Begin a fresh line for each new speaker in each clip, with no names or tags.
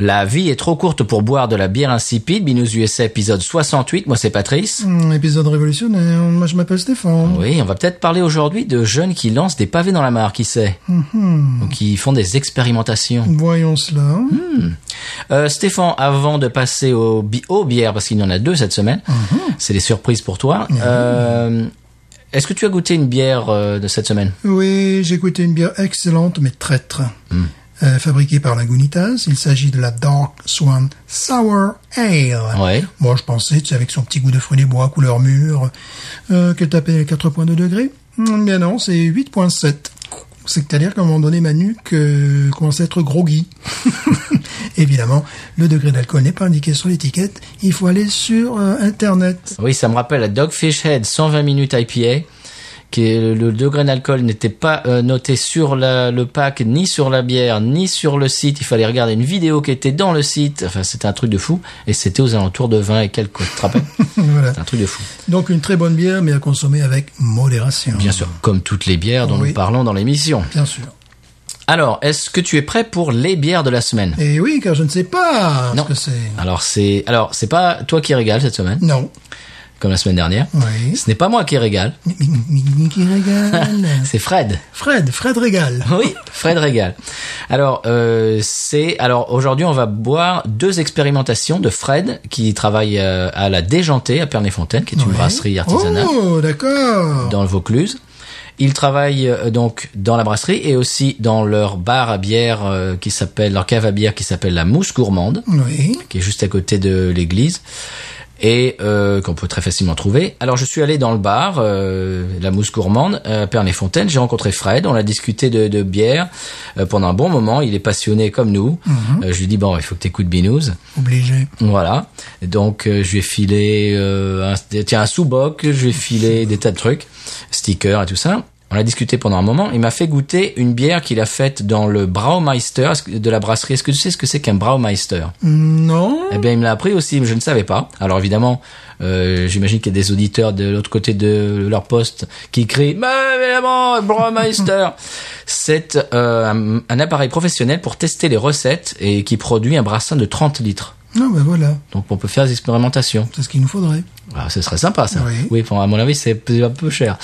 La vie est trop courte pour boire de la bière insipide. Binous USA épisode 68, moi c'est Patrice.
Hmm, épisode révolutionnaire. Moi, je m'appelle Stéphane.
Oui, on va peut-être parler aujourd'hui de jeunes qui lancent des pavés dans la mare, qui sait Ou qui font des expérimentations.
Voyons cela.
Euh, Stéphane, avant de passer au bi- aux bières, parce qu'il y en a deux cette semaine, c'est des surprises pour toi. euh, Est-ce que tu as goûté une bière euh, de cette semaine
Oui, j'ai goûté une bière excellente, mais traître. Euh, fabriquée par Lagunitas. Il s'agit de la Dark Swan Sour Ale.
Ouais.
Moi, je pensais, tu sais, avec son petit goût de fruits des bois, couleur mûre, euh, qu'elle tapait les 4,2 degrés. Hmm, bien non, c'est 8,7. C'est-à-dire qu'à un moment donné, ma nuque euh, commençait à être groggy. Évidemment, le degré d'alcool n'est pas indiqué sur l'étiquette. Il faut aller sur euh, Internet.
Oui, ça me rappelle la Dogfish Head 120 minutes IPA, qui est le, le degré d'alcool n'était pas euh, noté sur la- le pack, ni sur la bière, ni sur le site. Il fallait regarder une vidéo qui était dans le site. Enfin, c'était un truc de fou. Et c'était aux alentours de 20 et quelques. Tu te rappelles
voilà.
C'est un truc de fou.
Donc une très bonne bière, mais à consommer avec modération.
Bien sûr, comme toutes les bières dont
Oui.
nous parlons dans l'émission.
Bien sûr.
Alors, est-ce que tu es prêt pour les bières de la semaine
Et oui, car je ne sais pas
Non.
ce que c'est.
Alors c'est alors c'est pas toi qui régale cette semaine
Non.
comme la semaine dernière.
Oui.
Ce n'est pas moi qui régale,
Mi- mi- mi- mi- qui régale.
c'est Fred.
Fred, Fred régale.
Oui, Fred régale. Alors euh, c'est alors aujourd'hui on va boire deux expérimentations de Fred qui travaille euh, à la Déjantée à Pernet-Fontaine qui est une
Ouais.
brasserie artisanale
Oh, d'accord.
dans le Vaucluse. Il travaille euh, donc dans la brasserie et aussi dans leur bar à bière euh, qui s'appelle leur cave à bière qui s'appelle la Mousse Gourmande.
Oui.
qui est juste à côté de l'église et euh, qu'on peut très facilement trouver. Alors je suis allé dans le bar, euh, la mousse gourmande, à Fontaine, j'ai rencontré Fred, on a discuté de, de bière euh, pendant un bon moment, il est passionné comme nous. Euh, je lui dis bon, il faut que t'écoutes Binous.
Obligé.
Voilà. Et Donc euh, je lui ai filé euh, un, tiens, un sous-boc, je lui ai filé des tas de trucs, stickers et tout ça. On a discuté pendant un moment. Il m'a fait goûter une bière qu'il a faite dans le Braumeister est-ce que- de la brasserie. Est-ce que tu sais ce que c'est qu'un Braumeister
Non.
eh bien, il me l'a appris aussi, mais je ne savais pas. Alors évidemment, euh, j'imagine qu'il y a des auditeurs de l'autre côté de leur poste qui crient « Mais évidemment, Braumeister !» C'est euh, un, un appareil professionnel pour tester les recettes et qui produit un brassin de 30 litres.
Non, ben voilà.
Donc on peut faire des expérimentations.
C'est ce qu'il nous faudrait.
Ah, ce serait sympa ça.
Oui.
bon, à mon avis c'est un peu cher.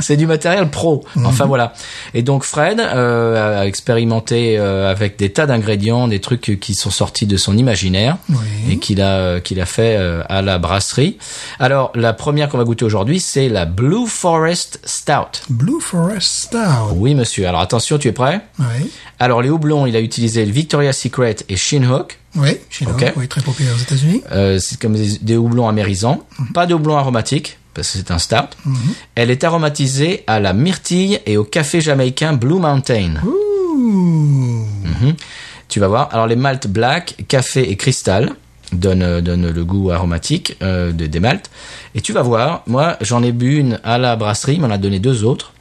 c'est du matériel pro.
Mhm.
Enfin voilà. Et donc Fred euh, a expérimenté euh, avec des tas d'ingrédients, des trucs qui sont sortis de son imaginaire
Oui.
et qu'il a euh, qu'il a fait euh, à la brasserie. Alors la première qu'on va goûter aujourd'hui c'est la Blue Forest Stout.
Blue Forest Stout.
Oui monsieur. Alors attention, tu es prêt
Oui.
Alors les houblons, il a utilisé le Victoria's Secret et Shinhok.
Oui. Chez nous.
Ok.
Oui, très populaire aux États-Unis.
Euh, c'est comme des, des houblons amérisants. Pas de houblon aromatique, parce que c'est un stout. Elle est aromatisée à la myrtille et au café jamaïcain Blue Mountain.
Ouh.
Mm. Tu vas voir. Alors, les maltes black, café et cristal donnent, euh, donnent le goût aromatique euh, de- des maltes. Et tu vas voir, moi, j'en ai bu une à la brasserie, il m'en a donné deux autres.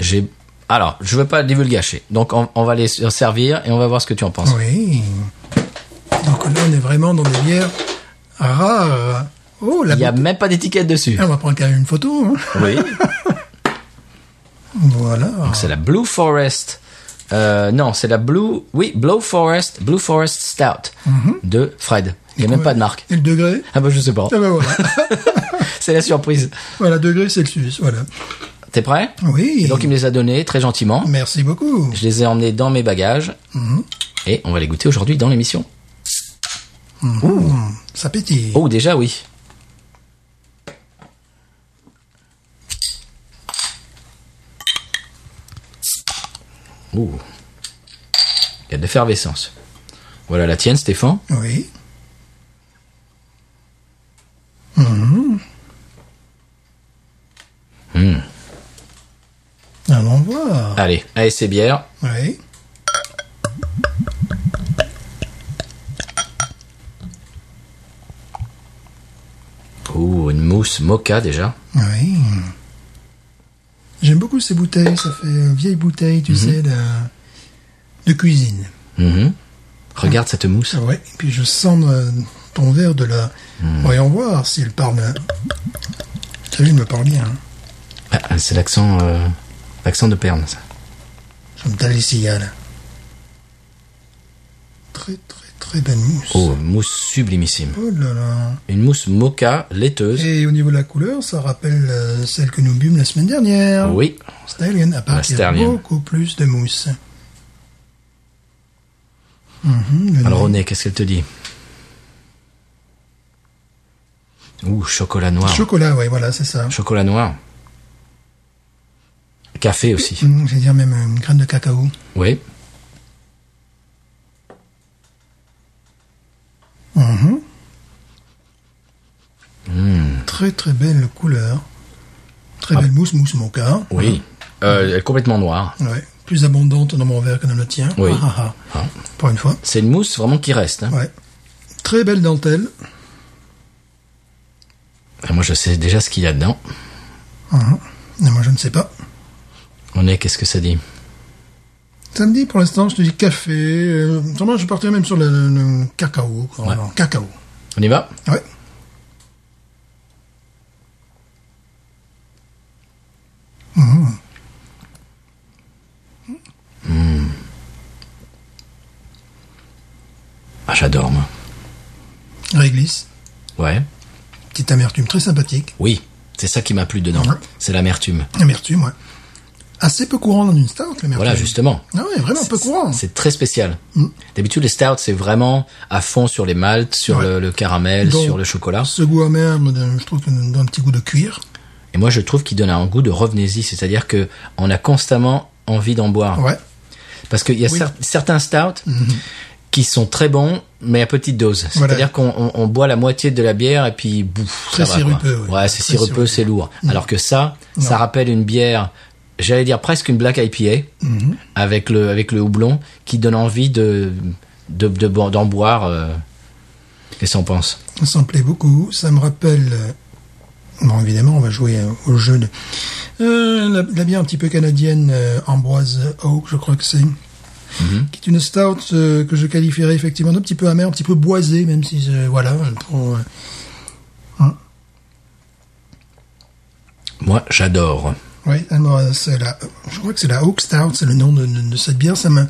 J'ai... Alors, je veux pas divulgacher. Donc, on, on va les servir et on va voir ce que tu en penses.
Oui. Donc là, on est vraiment dans des bières rares. Oh, la
Il n'y a
bouteille-
même pas d'étiquette dessus.
Ah, On va prendre quand même une photo. hein.
Oui.
Voilà.
C'est la Blue Forest. Euh, non, c'est la Blue. Oui, Blue Forest, Blue Forest Stout de Fred. Il n'y a même pas de marque.
Mhm. Et le degré
Ah bah je sais pas.
Ah ben voilà.
C'est la surprise.
voilà, degré Celsius. Voilà.
T'es prêt
Oui.
Et Donc il me les a donnés très gentiment.
Merci beaucoup.
Je les ai emmenés dans mes bagages.
Mhm.
Et on va les goûter aujourd'hui dans l'émission.
Mmh, Ça pétille.
Oh, déjà oui. Ouh. Il y a de l'effervescence. Voilà la tienne, Stéphane.
Oui. Mmh. Un envoi.
Allez, allez, c'est bière.
Oui.
Peps Mocha déjà.
Oui. J'aime beaucoup ces bouteilles. Ça fait euh, vieille bouteille, tu sais, de, de cuisine.
Mhm. Regarde cette mousse.
Ah ouais. Et puis je sens euh, ton verre de la. Voyons voir s'il parle. euh, T'as vu, il me parle bien. hein.
Ah, c'est l'accent, euh, l'accent de Perne, ça.
Ça me donne les cigales. Très, très, très belle mousse.
Oh, mousse sublimissime.
Oh là là.
Une mousse mocha laiteuse.
Et au niveau de la couleur, ça rappelle euh, celle que nous bûmes la semaine dernière.
Oui.
Stallion, à part
La
qu'il y a
Stallion.
beaucoup plus de mousse. Mhm, le
Alors,
nez.
René, qu'est-ce qu'elle te dit Ouh, chocolat noir.
Chocolat, oui, voilà, c'est ça.
chocolat noir. Café aussi.
Mhm, J'allais dire même une graine de cacao.
Oui.
Mhm. Très très belle couleur. Très belle mousse, mousse mocha.
Ah. Oui. Euh, elle est complètement noire.
Ouais. Plus abondante dans mon verre que dans le tien.
Oui.
Ah, ah, ah.
Ah.
Pour une fois.
C'est une mousse vraiment qui reste. hein.
Ouais. Très belle dentelle.
Ah, Moi, je sais déjà ce qu'il y a dedans.
Mhm. Et moi je ne sais pas.
René, qu'est-ce que ça dit
Samedi pour l'instant je te dis café. Euh, sûrement, je partirais même sur le, le- le cacao. quoi.
Ouais.
Non, cacao.
On y va
Ouais.
Ah, j'adore, moi.
Réglisse.
Ouais.
Petite amertume très sympathique.
Oui. C'est ça qui m'a plu dedans.
Ouais.
C'est l'amertume.
Amertume, ouais. Assez peu courant dans une stout, l'amertume.
Voilà, justement.
Ah ouais, vraiment peu courant. Mm.
C'est très spécial. D'habitude, les stouts, c'est vraiment à fond sur les maltes, sur
Ouais.
le, le caramel,
Donc,
sur le chocolat.
Ce goût amer, me donne- je trouve qu'il me donne un petit goût de cuir.
Et moi, je trouve qu'il donne un goût de revenez-y, c'est-à-dire que on a constamment envie d'en boire.
Ouais.
Parce qu'il y a
Oui. Mhm.
cer- certains stouts qui sont très bons, mais à petite dose.
Voilà.
C'est-à-dire qu'on on- on boit la moitié de la bière et puis bouf,
Très
ça va, quoi.
sirupeux, oui.
Ouais, c'est
Très
sirupeux,
sirupeux. Mhm.
c'est lourd. Alors que ça, ça
Non.
rappelle une bière, j'allais dire presque une black IPA
Mhm.
avec le avec le houblon qui donne envie de de de bo- d'en boire. euh, Qu'est-ce qu'on pense
Ça me plaît beaucoup. Ça me rappelle. euh, Bon, évidemment, on va jouer euh, au jeu de. Euh, la, la bière un petit peu canadienne, euh, Ambroise Oak, je crois que c'est. Qui est une stout euh, que je qualifierais effectivement d'un petit peu amère, un petit peu boisée, même si. je- voilà. pour, euh,
Moi, j'adore.
Oui, alors, euh, c'est la, je crois que c'est la Oak Stout, c'est le nom de, de- de cette bière. Ça me,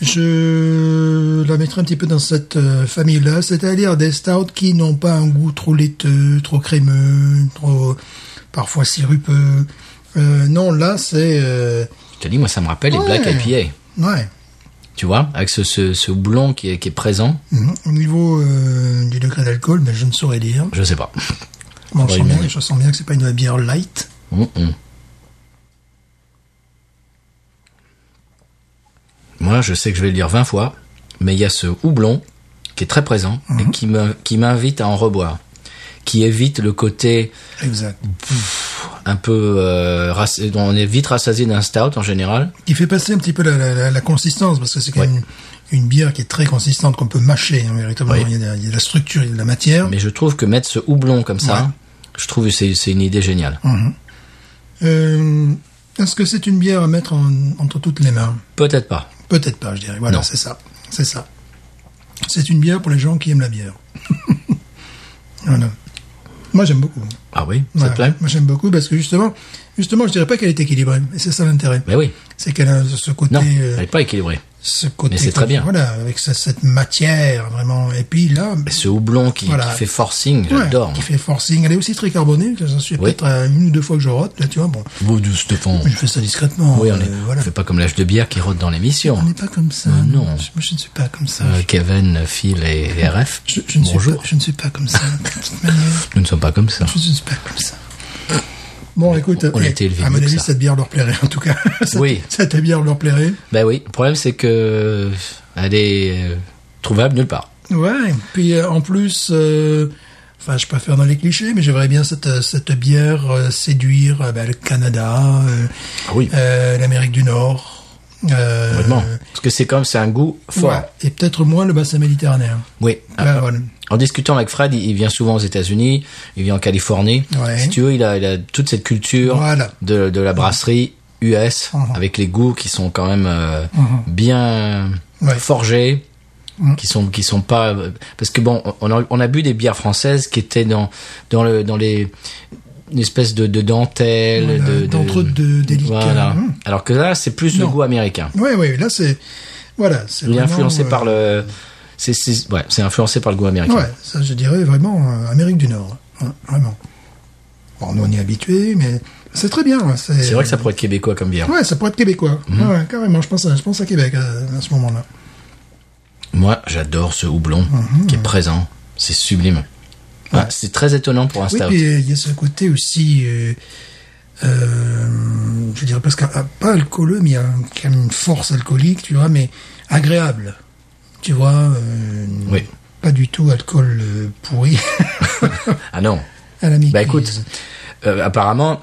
je la mettrai un petit peu dans cette euh, famille-là, c'est-à-dire des stouts qui n'ont pas un goût trop laiteux, trop crémeux, trop parfois sirupeux. Euh, non, là, c'est euh,
Je te dis, moi, ça me rappelle les
Ouais.
black IPA.
ouais.
Tu vois, avec ce ce, ce houblon qui est qui est présent.
Mhm. Au niveau euh, du degré d'alcool, ben, je ne saurais dire.
Je sais pas.
Bon, je,
Ouais,
sens bien,
mais-
je sens bien que c'est pas une bière light.
Mm, mm. Moi, je sais que je vais le dire 20 fois, mais il y a ce houblon qui est très présent
Mm-hmm.
et qui m'in- qui m'invite à en reboire, qui évite le côté
Exact.
un peu... euh, rass- dont on est vite rassasié d'un stout en général.
qui fait passer un petit peu la, la- la- la consistance, parce que c'est quand
Ouais.
même une, une bière qui est très consistante, qu'on peut mâcher, hein, véritablement. Il, y a de, il y a de la structure, il y a de la matière.
Mais je trouve que mettre ce houblon comme ça,
Ouais. Mm.
je trouve que c'est c'est une idée géniale.
Euh, Est-ce que c'est une bière à mettre en- entre toutes les mains
Peut-être pas.
Peut-être pas, je dirais. Voilà,
Non.
c'est ça. C'est ça. C'est une bière pour les gens qui aiment la bière. voilà. Moi, j'aime beaucoup.
Ah oui Ça
Voilà.
te plaît
Moi, j'aime beaucoup parce que justement, justement, je dirais pas qu'elle est équilibrée. Et c'est ça l'intérêt.
Mais Ben oui.
C'est qu'elle a ce côté.
Non,
euh,
elle n'est pas équilibrée.
ce côté.
Mais c'est très bien.
Voilà, avec ce- cette matière, vraiment. Et puis là,
Ce houblon qui, qui
Voilà.
fait forcing,
Ouais,
j'adore.
Qui fait forcing. Elle est aussi très carbonée. Je suis
Oui.
peut-être à une ou deux fois que je rote. Là, tu vois, bon,
Vous, Stéphane.
je fais ça discrètement.
Ah Oui, on
euh,
est,
voilà.
on fait pas comme l'âge de bière qui rôde dans l'émission.
On n'est pas comme ça.
non.
Moi, je, moi, je ne suis pas comme ça.
Euh, Kevin, Phil et et RF,
Je, je ne suis
bonjour.
pas, je ne suis pas comme ça. de toute manière.
Nous ne sommes pas comme ça.
je ne suis pas comme ça. Bon, écoute,
on
eh,
était élevés
à mon
mieux que
avis,
ça.
cette bière leur plairait, en tout cas. cette,
Oui.
Cette bière leur plairait.
Ben oui, le problème c'est que euh, elle est euh, trouvable nulle part.
Ouais. Puis, euh, en plus, euh, enfin, je préfère dans les clichés, mais j'aimerais bien cette, euh, cette bière euh, séduire euh, ben, le Canada, euh,
Ah oui.
euh, l'Amérique du Nord. Euh,
Complètement. Parce que c'est comme, c'est un goût fort.
ouais. Et peut-être moins le bassin méditerranéen.
Oui.
Bah, voilà.
En discutant avec Fred, il il vient souvent aux États-Unis, il vient en Californie.
Ouais.
Si tu veux, il a, il a toute cette culture
Voilà.
de, de la brasserie US,
Mhm.
avec les goûts qui sont quand même euh, bien
Ouais. Mhm.
forgés, qui sont qui sont pas parce que bon, on a, on a bu des bières françaises qui étaient dans dans le dans les une espèce de, de dentelle,
Voilà,
de, de-
d'entre-deux délicat.
Voilà.
Mhm.
Alors que là, c'est plus le
Non.
goût américain.
Ouais, ouais, là c'est voilà, c'est
Il est
vraiment,
influencé
euh,
par le, c'est c'est- ouais, c'est influencé par le goût américain.
Ouais, ça je dirais vraiment euh, Amérique du Nord, hein, vraiment. Bon, nous on y est habitués, mais c'est très bien. hein,
C'est vrai que ça Mmh. pourrait être québécois comme bière.
Ouais, ça pourrait être québécois. Ouais, carrément. Je pense à, je pense à Québec euh, à ce moment-là.
Moi, j'adore ce houblon
Mhm.
qui est présent. C'est sublime. Ah, c'est très étonnant pour un
Oui,
stout.
puis euh, il y a ce côté aussi, euh, euh, je dirais presque un- un- pas alcooleux, mais il y a un- quand même une force alcoolique, tu vois, mais agréable. Tu vois, euh,
Oui.
pas du tout alcool euh, pourri
Ah non.
à la mi
Bah écoute, euh, apparemment,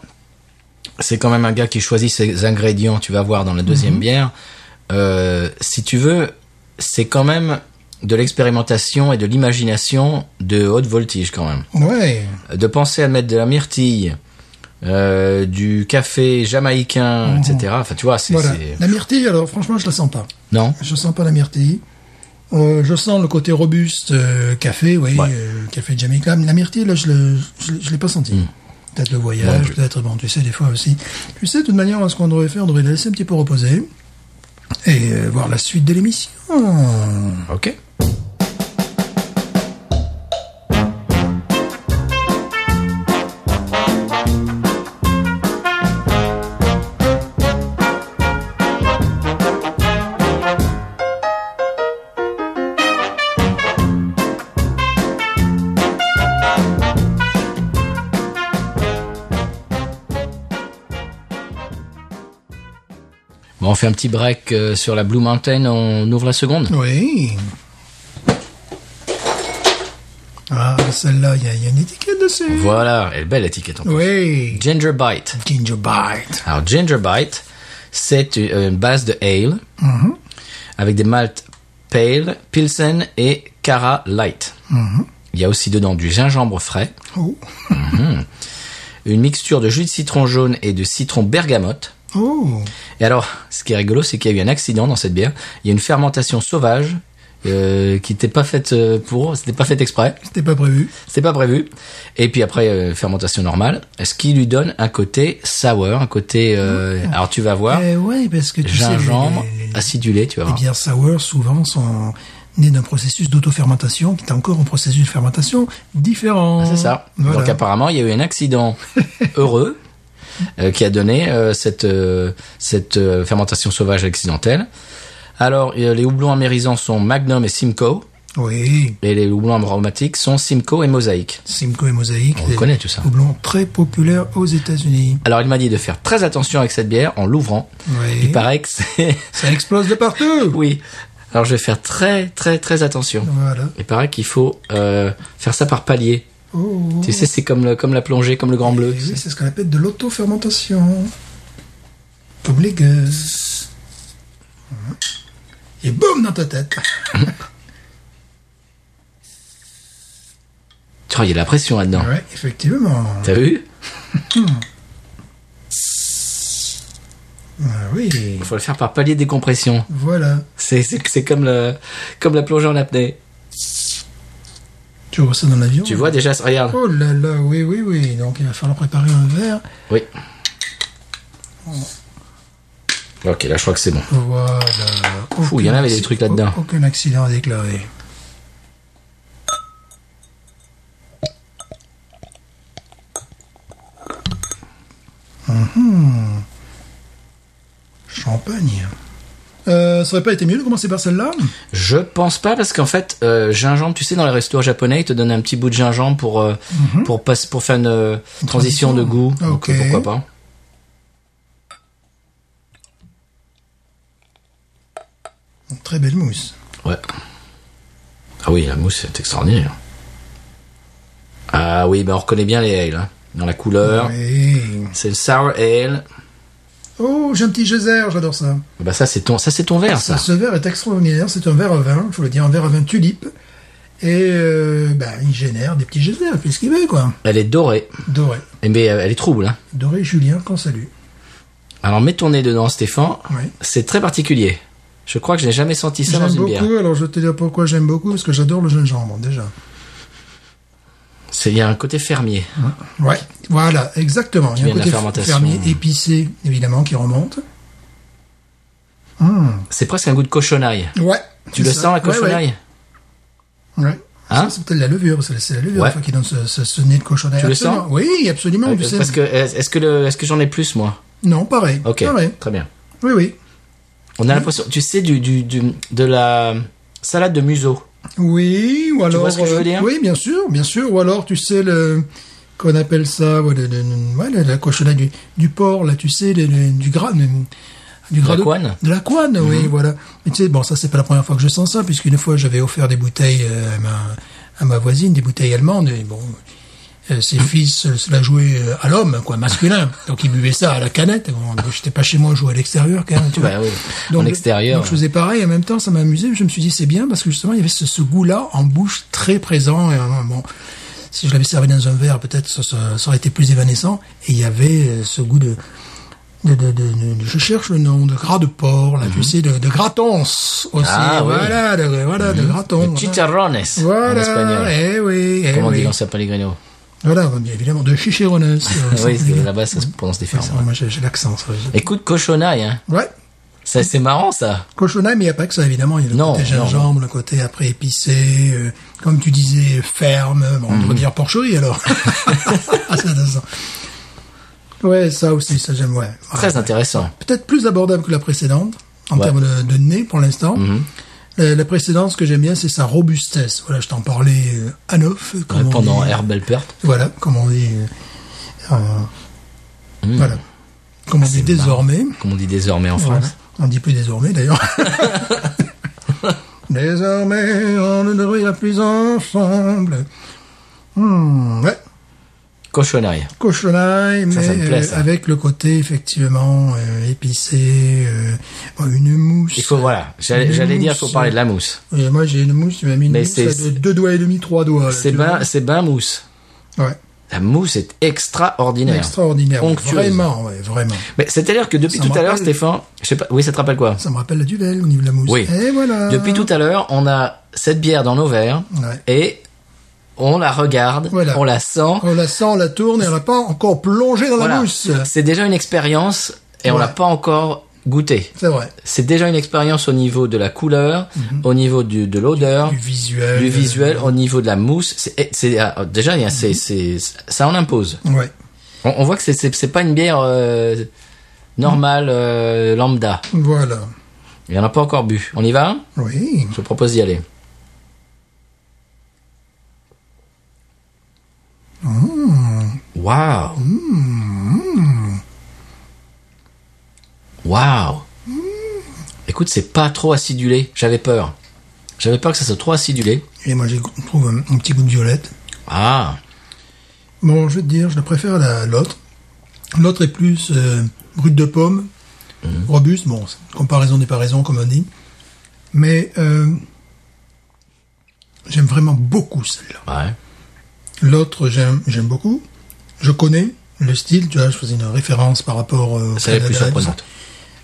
c'est quand même un gars qui choisit ses ingrédients, tu vas voir dans la deuxième bière. Euh, si tu veux, c'est quand même de l'expérimentation et de l'imagination de haute voltige quand même.
Ouais,
de penser à mettre de la myrtille, euh, du café jamaïcain, etc. Enfin, tu vois, c'est.
voilà.
c'est-
La myrtille, alors franchement, je la sens pas.
Non
Je sens pas la myrtille. Euh, je sens le côté robuste euh, café, oui,
Ouais.
euh, café jamaïcain. Mais La myrtille, là, je le- je l'ai- je l'ai pas senti. Peut-être le
Non
voyage,
plus.
peut-être, bon, tu sais, des fois aussi. Tu sais, de toute manière, ce qu'on devrait faire, on devrait la laisser un petit peu reposer et euh, voir la suite de l'émission.
Mm. Ok. Bon, on fait un petit break euh, sur la Blue Mountain, on ouvre la seconde
Oui. Ah, celle-là, il y, a- il y a une étiquette dessus.
Voilà, elle est belle l'étiquette en plus.
Oui.
Ginger Bite.
Ginger Bite.
Alors, Ginger Bite, c'est une euh, une base de ale avec des maltes pale, pilsen et cara light. Il y a aussi dedans du gingembre frais, Mhm.
Oh.
une mixture de jus de citron jaune et de citron bergamote.
Oh.
Et alors, ce qui est rigolo, c'est qu'il y a eu un accident dans cette bière. Il y a une fermentation sauvage euh, qui n'était pas faite euh, pour, c'était pas faite exprès,
C'était pas prévu.
c'était pas prévu. Et puis après, euh, fermentation normale, ce qui lui donne un côté sour, un côté. euh, Alors tu vas voir,
Eh ouais, parce que tu
gingembre
sais, les- les- les-
acidulé, tu vas
Les
voir.
bières sour, Eh souvent, sont nées d'un processus d'auto-fermentation qui est encore un processus de fermentation différent.
Ah, C'est ça.
Voilà.
Donc apparemment, il y a eu un accident heureux euh, qui a donné euh, cette euh, cette euh, fermentation sauvage accidentelle. Alors euh, les houblons amérisants sont Magnum et Simcoe.
oui,
Et les houblons aromatiques sont Simcoe et Mosaïque.
Simcoe et Mosaïque.
On le connaît, tout ça.
Houblon très populaire aux États-Unis.
Alors il m'a dit de faire très attention avec cette bière en l'ouvrant.
Oui.
Il paraît que c'est...
Ça explose de partout.
oui. Alors je vais faire très très très attention.
Voilà.
Il paraît qu'il faut euh, faire ça par palier.
Oh, oh.
Tu sais, c'est comme, le, comme la plongée, comme le grand bleu.
Eh oui, c'est ce qu'on appelle de l'auto-fermentation. Comme les gueuses. Et boum dans ta tête.
Tu vois, il y a de la pression là-dedans.
Ouais, effectivement.
T'as vu
Ah oui.
Il faut le faire par palier de décompression.
Voilà.
C'est- C'est c'est comme, le, comme la plongée en apnée.
Tu vois ça dans l'avion
Tu vois déjà, ça- regarde.
Oh là là, oui, oui, oui. Donc il va falloir préparer un verre.
Oui. Ok, là je crois que c'est bon.
Voilà.
Fou, il y en
Aucun
avait des
acci-
trucs là-dedans.
au- Aucun accident à déclarer. Mhm. Champagne. Euh, ça aurait pas été mieux de commencer par celle-là
Je pense pas parce qu'en fait euh, gingembre, tu sais dans les restos japonais, ils te donnent un petit bout de gingembre pour euh, pour pas, pour faire une, euh, transition,
Mhm. transition.
de goût. Donc
Ok.
euh, pourquoi pas
Très belle mousse.
Ouais. Ah oui, la mousse c'est extraordinaire. bah, Ah oui, ben on reconnaît bien les ales hein, dans la couleur.
Oui.
C'est une sour ale.
Oh, j'ai un petit geyser, j'adore ça.
Bah ça c'est ton, ça c'est ton verre ça.
Ce verre est extraordinaire, c'est un verre à vin, il faut le dire, un verre à vin tulipe. Et euh, bah, il génère des petits geysers, il fait ce qu'il veut, quoi.
Elle est dorée.
Doré.
Eh, Mais euh, elle est trouble. Hein.
Doré Julien, qu'on salue.
Alors mets ton nez dedans Stéphane.
Oui.
C'est très particulier. Je crois que je n'ai jamais senti ça dans
J'aime
une bière.
beaucoup, alors je vais te dire pourquoi j'aime beaucoup, parce que j'adore le gingembre, déjà.
C'est- Il y a un côté fermier.
Ah. Ouais, voilà, exactement. Il y a un
vient de la
côté
fermentation.
fermier épicé, évidemment, qui remonte.
C'est presque un goût de cochonaille.
Ouais.
Tu
c'est
le
ça.
sens la
Ouais, ouais.
cochonaille
Ouais.
Hein
Ça, c'est peut-être la levure, parce que c'est la levure
Ouais.
enfin, qui donne ce, ce- ce nez de cochonnet.
Tu le
Absolument.
sens
Oui, absolument.
Euh,
tu Ah, sais.
Parce que est- est-ce que le- est-ce que j'en ai plus moi
Non, pareil.
Ok.
Pareil.
Très bien.
Oui, oui.
On a l'impression, tu sais, du, du, du- de la salade de museau.
Oui, ou alors. euh,
vois ce que je veux dire
oui, bien sûr, bien sûr. Ou alors, tu sais, le. Qu'on appelle ça. Ouais, le- le- le- ouais, la- la cochonnet du, du porc, là, tu sais, le- le- du gras. le- Du gras
la
de-
couenne Mhm.
De la couane, oui, voilà. Mais tu sais, bon, ça, c'est pas la première fois que je sens ça, puisqu'une fois, j'avais offert des bouteilles euh, à, ma, à ma voisine, des bouteilles allemandes, et bon, euh, ses fils euh, se la jouaient euh, à l'homme, quoi, masculin. Donc, ils buvaient ça à la canette. Bon, donc, j'étais pas chez moi, je jouais à l'extérieur, quand même, tu
Bah
vois.
oui, en
Donc,
extérieur.
donc, je faisais pareil, en même temps, ça m'a amusé, je me suis dit, c'est bien, parce que justement, il y avait ce, ce goût-là en bouche très présent, et euh, bon... Si je l'avais servi dans un verre, peut-être ça, ça- ça aurait été plus évanescent. Et il y avait euh, ce goût de, de, de- de- de- je cherche le nom de gras de porc, là, tu sais, de, de gratons aussi.
Mhm. Ah, oui. Mhm.
voilà, de, voilà, de gratons.
Le
voilà.
chicharrones en
Voilà,
espagnol.
eh oui, eh
Comment on dit
oui.
dans San Pellegrino
Voilà, on dit évidemment, de euh, chicherones.
Oui, c'est- là-bas, ça se prononce différemment.
Moi, j'ai j'ai l'accent. ça, j'ai-
Écoute, cochonaille, hein.
Ouais,
Ça, c'est marrant, ça.
cochonaille, mais il n'y a pas que ça, évidemment. Il y a le
Non,
côté
non,
gingembre, le côté après épicé, euh, comme tu disais, ferme. Bon, on
Mhm.
devrait dire porcherie, alors. ah, c'est intéressant. Ouais, ça aussi, ça j'aime, Ah, ouais.
Très intéressant.
peut-être plus abordable que la précédente en
Ouais. Mhm.
termes de, de nez pour l'instant. la, la précédente, ce que j'aime bien, c'est sa robustesse. Voilà, je t'en parlais euh, à neuf, comme on
Pendant
dit.
Herbal Pert.
Voilà, comme on dit. euh, euh,
Hmm.
Voilà, comme on dit désormais.
Comme on dit désormais en
Voilà.
France.
On dit plus désormais d'ailleurs. désormais, on ne dormira plus ensemble. Hmm, ouais.
Cochonaille.
Cochonaille, mais
Ça, ça me plaît,
euh,
ça.
avec le côté effectivement euh, épicé, euh, bon, une mousse.
Il faut, voilà. J'allais
Une
j'allais dire,
mousse.
faut parler de la mousse.
Et moi j'ai une mousse, tu m'as mis une
Mais
mousse
c'est-
là, de deux doigts et demi, trois doigts. là,
C'est
tu
bain, c'est bain mousse.
vois. Ouais.
La mousse est extraordinaire.
Extraordinaire. ouais,
Onctueuse.
Vraiment, ouais, vraiment.
Mais c'est-à-dire que depuis
Ça
tout
me
à l'heure,
rappelle-
Stéphane, je sais pas, oui, ça te rappelle quoi?
Ça me rappelle la duvel au niveau de la mousse.
Oui.
Et voilà.
Depuis tout à l'heure, on a cette bière dans nos verres
Euh. Ouais.
et on la regarde,
Voilà.
on la sent.
On la sent, on la tourne et on n'a pas encore plongé dans
Voilà.
la mousse.
C'est déjà une expérience et on
Ouais.
l'a pas encore goûté.
C'est vrai.
C'est déjà une expérience au niveau de la couleur, au niveau du, de l'odeur,
Mhm. Du visuel.
du visuel, au niveau de la mousse. C'est- c'est- ah, déjà, il y a-
Mhm.
c'est- c'est- ça en impose.
Ouais.
On, on voit que c'est- c'est c'est pas une bière euh, normale, euh, lambda.
Voilà.
Il y en a pas encore bu. On y va
Oui.
Je propose d'y aller.
Mmh.
Waouh. Waouh. Écoute, c'est pas trop acidulé. J'avais peur. J'avais peur que ça soit trop acidulé.
Et moi, j'ai je trouve un, un petit goût de violette.
Ah.
Bon, je vais te dire, je le préfère à la- l'autre. L'autre est plus euh, brute de pomme,
Mhm.
robuste. Bon, c'est- comparaison n'est pas raison, comme on dit. Mais euh, j'aime vraiment beaucoup celle-là.
Ouais.
L'autre, j'aime j'aime beaucoup. Je connais le style. Tu vois, je faisais une référence par rapport euh, au
Ça est plus
Canada et tout ça.
surprenante.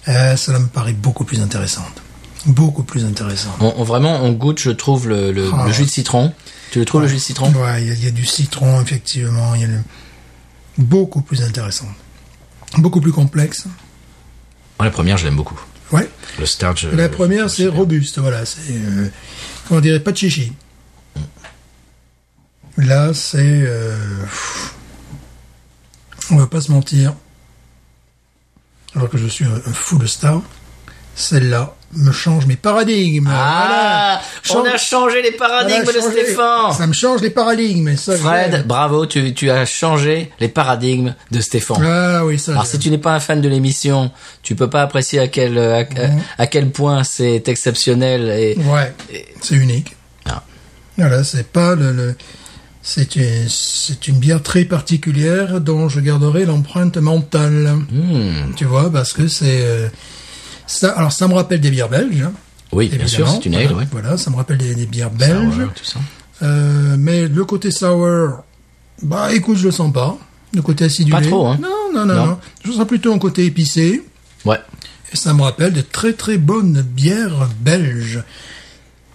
Euh, cela me paraît beaucoup plus intéressante. Beaucoup plus intéressante.
On, on- vraiment, on goûte, je trouve, le, le-
Ah.
le jus de citron. Tu le trouves, le jus de citron
Ouais, il y a- il y, a du citron, effectivement. Il y a le- Beaucoup plus intéressante. Beaucoup plus complexe.
Moi, La première, je l'aime beaucoup.
Ouais.
Le starch.
La
euh,
première,
je-
c'est robuste, voilà. C'est, euh, comment dirait, pas de chichi. Là, c'est... euh, pff, on va pas se mentir. Alors que je suis un, un fou de star, celle-là me change mes paradigmes.
Ah,
Voilà.
on a
Change-
changé les paradigmes
voilà,
de
changer.
Stéphane.
Ça me change les paradigmes. Ça, je
Fred,
l'aime.
bravo, tu, tu as changé les paradigmes de Stéphane.
Ah oui, ça.
Alors
je
si tu n'es pas un fan de l'émission, tu peux pas apprécier à quel à, à- à quel point c'est exceptionnel et
Ouais, c'est unique.
Ah.
Voilà, c'est pas le, le- C'est une, c'est une bière très particulière dont je garderai l'empreinte mentale.
Hmm.
Tu vois, parce que c'est euh, ça. Alors ça me rappelle des bières belges. hein,
Oui, bien sûr,
évidemment.
c'est une ale,
voilà,
ouais.
voilà, ça me rappelle des, des bières
Sour,
belges.
tout ça.
Euh, mais le côté sour, bah écoute, je le sens pas. Le côté acidulé.
Pas trop, hein.
Non, non, non,
Non.
non. Je sens plutôt un côté épicé.
Ouais.
Et ça me rappelle de très très bonnes bières belges.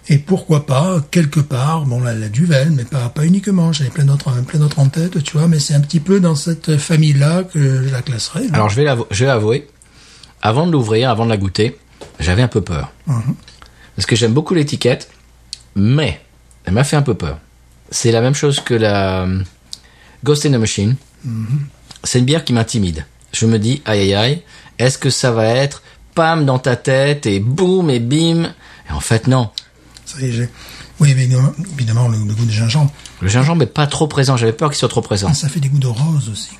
Et pourquoi pas, quelque part, bon, la, la Duvel, mais pas, pas uniquement, j'avais plein d'autres, hein, plein d'autres en tête, tu vois, mais c'est un petit peu dans cette famille-là que je la classerais.
Alors je vais, l'avou- je vais avouer, avant de l'ouvrir, avant de la goûter, j'avais un peu peur. Parce que j'aime beaucoup l'étiquette, mais elle m'a fait un peu peur. C'est la même chose que la euh, Ghost in the Machine. C'est une bière qui m'intimide. Je me dis, aïe aïe aïe, est-ce que ça va être pam dans ta tête et boum et bim Et en fait non.
Ça y est, j'ai- oui, évidemment, évidemment, le, le goût de gingembre,
Le gingembre est pas trop présent, j'avais peur qu'il soit trop présent.
ça fait des goûts de rose aussi.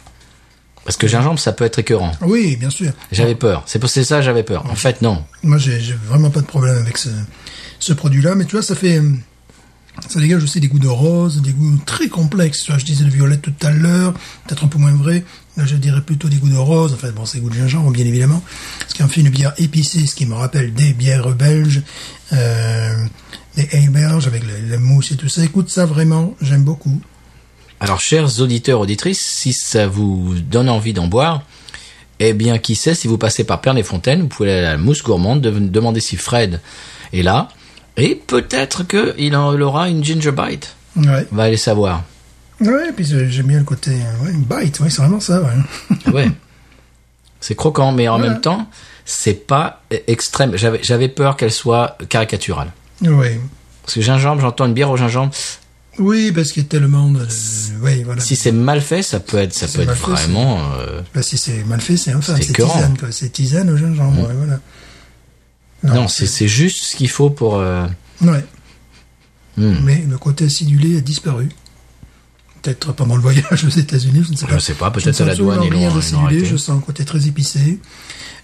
Parce que gingembre, ça peut être écœurant.
Oui, bien sûr.
J'avais peur. C'est pour c'est ça, j'avais peur. En fait, non.
Moi, j'ai j'ai vraiment pas de problème avec ce, ce produit-là, mais tu vois, ça fait, euh, ça dégage aussi des goûts de rose, des goûts très complexes. Tu vois, je disais le violet tout à l'heure, peut-être un peu moins vrai. Là, je dirais plutôt des goûts de rose. Enfin, bon, c'est goûts de gingembre, bien évidemment. Ce qui en fait une bière épicée, ce qui me rappelle des bières belges, euh, des ale belges avec le- la mousse et tout ça. Écoute, ça vraiment, j'aime beaucoup.
Alors, chers auditeurs, auditrices, si ça vous donne envie d'en boire, eh bien, qui sait, si vous passez par Pernes-les-Fontaines, vous pouvez aller à la mousse gourmande, de- demander si Fred est là, et peut-être qu'il en aura une ginger bite.
Ouais.
On va aller savoir.
Ouais, et puis euh, j'aime bien le côté, euh, ouais, bite, ouais, c'est vraiment ça, ouais.
Ah Ouais. C'est croquant, mais en même temps, c'est pas euh, extrême. J'avais j'avais peur qu'elle soit caricaturale.
ouais.
Parce que gingembre, j'entends une bière au gingembre.
Oui, parce qu'il y a tellement de, ouais, voilà.
Si c'est mal fait, ça peut être, ça
C'est
peut être
mal fait, c'est-
vraiment. euh,
Bah, si c'est mal fait, c'est infâme.
C'est
C'est
écœurant. Mm.
tisane, quoi. C'est tisane au gingembre, ouais, voilà.
Non, c'est c'est juste ce qu'il faut pour. euh,
Ouais.
Mm.
Mais le côté acidulé a disparu. Peut-être pendant le voyage aux États-Unis, je ne sais pas.
Je sais pas, peut-être
Je ne sens
à la douane,
absolument
ils l'ont-
rien
ils l'ont
d'acidulé,
arrêté.
Je sens un côté très épicé.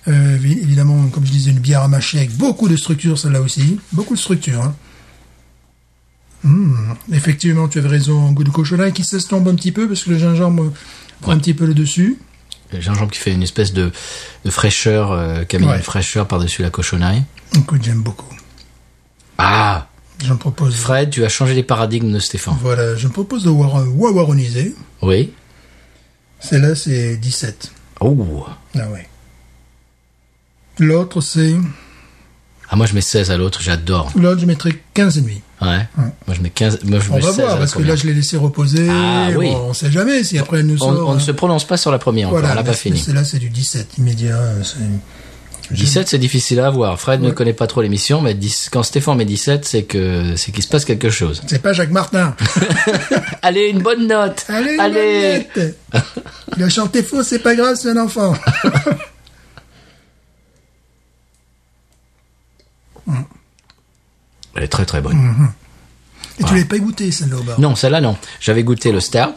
Euh, évi- évidemment, comme je disais, une bière à mâcher avec beaucoup de structure, celle-là aussi. Beaucoup de structure. Hein. Hum, Effectivement, tu avais raison, un goût de cocholat qui s'estompe un petit peu parce que le gingembre prend un petit peu le dessus.
Le gingembre qui fait une espèce de, de fraîcheur, euh, qui amène
Ouais.
une fraîcheur par-dessus la cochonnerie.
Écoute, j'aime beaucoup.
Ah
J'en propose
Fred, tu as changé les paradigmes de Stéphane.
Voilà, je me propose de war- wawaroniser.
Oui.
Celle-là, c'est 17.
Oh
Ah ouais. L'autre, c'est...
Ah, moi je mets 16 à l'autre, j'adore.
L'autre, je mettrais 15 et demi.
Ouais. Moi je mets 15. Moi, je
On
mets
va
16 à
voir,
la
parce que
première.
là, je l'ai laissé reposer.
Ah oui.
Bon, on sait jamais si après elle nous
on,
sort...
on ne
hein.
se prononce pas sur la première encore,
Voilà,
on l'a
mais
pas fini.
Celle-là, c'est du 17 immédiat. euh, c'est-
17, c'est difficile à avoir. Fred ne connaît pas trop l'émission, mais 10 quand Stéphane met 17, c'est que c'est qu'il se passe quelque chose.
C'est pas Jacques Martin.
Allez, une bonne note
Allez,
Allez
Nanette Il a chanté faux, c'est pas grave, c'est un enfant.
Elle est très très bonne.
Mm. Et tu l'avais pas goûté, celle-là, au bar.
Non, celle-là non. J'avais goûté le Stout.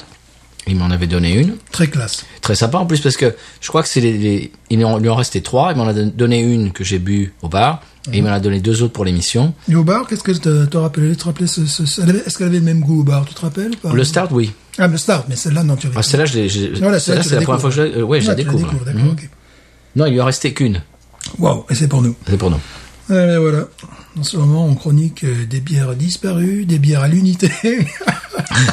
Il m'en avait donné une.
Très classe.
Très sympa en plus parce que je crois que c'est les, les- il en, lui en restait trois. Il m'en a don- donné une que j'ai bu au bar et il
Mhm.
m'en a donné deux autres pour l'émission.
Et au bar, qu'est-ce que te, te rappelais, tu te rappelais ce, ce- ce- elle avait- Est-ce qu'elle avait le même goût au bar Tu te rappelles ou pas
Le Start, oui.
Ah, le Star, mais celle-là, non, tu avais
Ah, celle-là, je l'ai- je-
Voilà,
celle-là,
tu
c'est la première fois que je,
découvres.
la- euh, ouais, je
Ah,
la
tu
découvre.
d'accord,
Mhm.
ok.
Non, il lui en restait qu'une.
Waouh, et c'est pour nous.
C'est pour nous.
Allez, voilà. En ce moment, on chronique euh, des bières disparues, des bières à l'unité.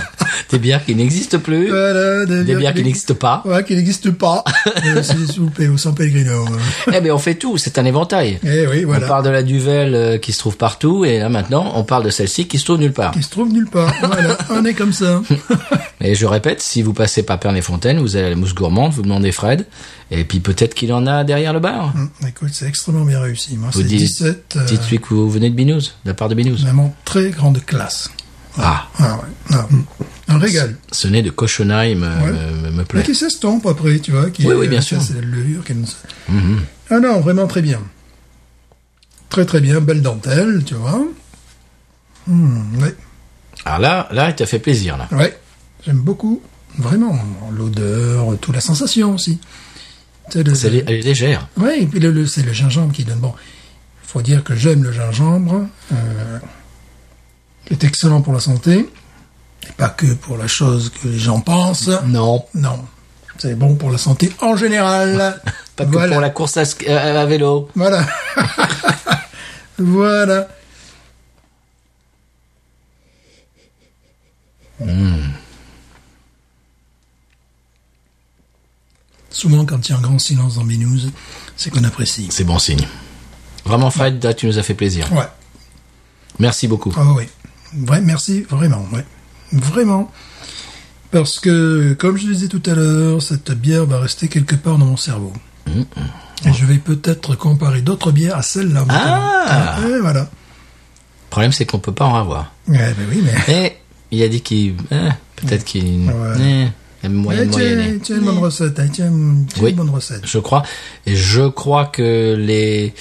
Des bières qui n'existent plus,
voilà,
des bières qui n'existent pas.
Ouais, qui n'existent pas. Euh, S'il vous plaît, au San Pellegrino. euh.
Eh ben, on fait tout. C'est un éventail.
Eh oui,
On
voilà.
parle de la Duvel euh, qui se trouve partout et là maintenant, on parle de celle-ci qui se trouve nulle part.
Qui se trouve nulle part. Voilà, on est comme ça.
Et je répète, si vous passez par Pernes-les-Fontaines, vous allez à la mousse gourmande, vous demandez Fred, et puis peut-être qu'il en a derrière le bar.
Hum, Écoute, c'est extrêmement bien réussi. Moi,
Vous
c'est
dites-
17. euh,
Dites-lui que vous venez de Binous, de la part de Binous.
vraiment très grande classe.
Ah,
Ah ouais. Ah, hum. un régal.
ce nez de cochonaille me,
Ouais.
me, me
Mais
plaît.
qui s'estompe après, tu vois. Qui
Oui, oui, bien
ça,
sûr. Mhm.
C'est la levure qui nous... Ah non, vraiment très bien. Très très bien, belle dentelle, tu vois. Hmm, ouais,
Alors là, là, il t'a fait plaisir, là.
ouais. J'aime beaucoup, vraiment, l'odeur, toute la sensation aussi. C'est le-
C'est lé- Elle est légère.
Ouais, et puis le, le- c'est le gingembre qui donne. Bon, faut dire que j'aime le gingembre. Euh, qui est excellent pour la santé. Pas que pour la chose que les gens pensent.
Non.
Non. C'est bon pour la santé en général.
Pas que
Voilà.
pour la course à, sk- euh, à vélo.
Voilà. voilà.
Hmm.
Souvent, quand il y a un grand silence dans mes news, c'est qu'on apprécie.
C'est bon signe. Vraiment, Fred, là, tu nous as fait plaisir.
Ouais.
Merci beaucoup.
Ah oui. Vrai, merci, vraiment, ouais. Vraiment. Parce que, comme je le disais tout à l'heure, cette bière va rester quelque part dans mon cerveau. Et je vais peut-être comparer d'autres bières à celle-là.
Ah
notamment. Et voilà.
Le problème, c'est qu'on peut pas en avoir.
Ouais, ben oui, mais...
Et il a dit qu'il. eh, Peut-être qu'il.
Ouais.
Eh, moyen,
Eh, tu, as,
moyenné.
tu as une bonne recette, hein, tu as une, tu as une
Oui.
bonne recette.
Je crois. Et je crois que les,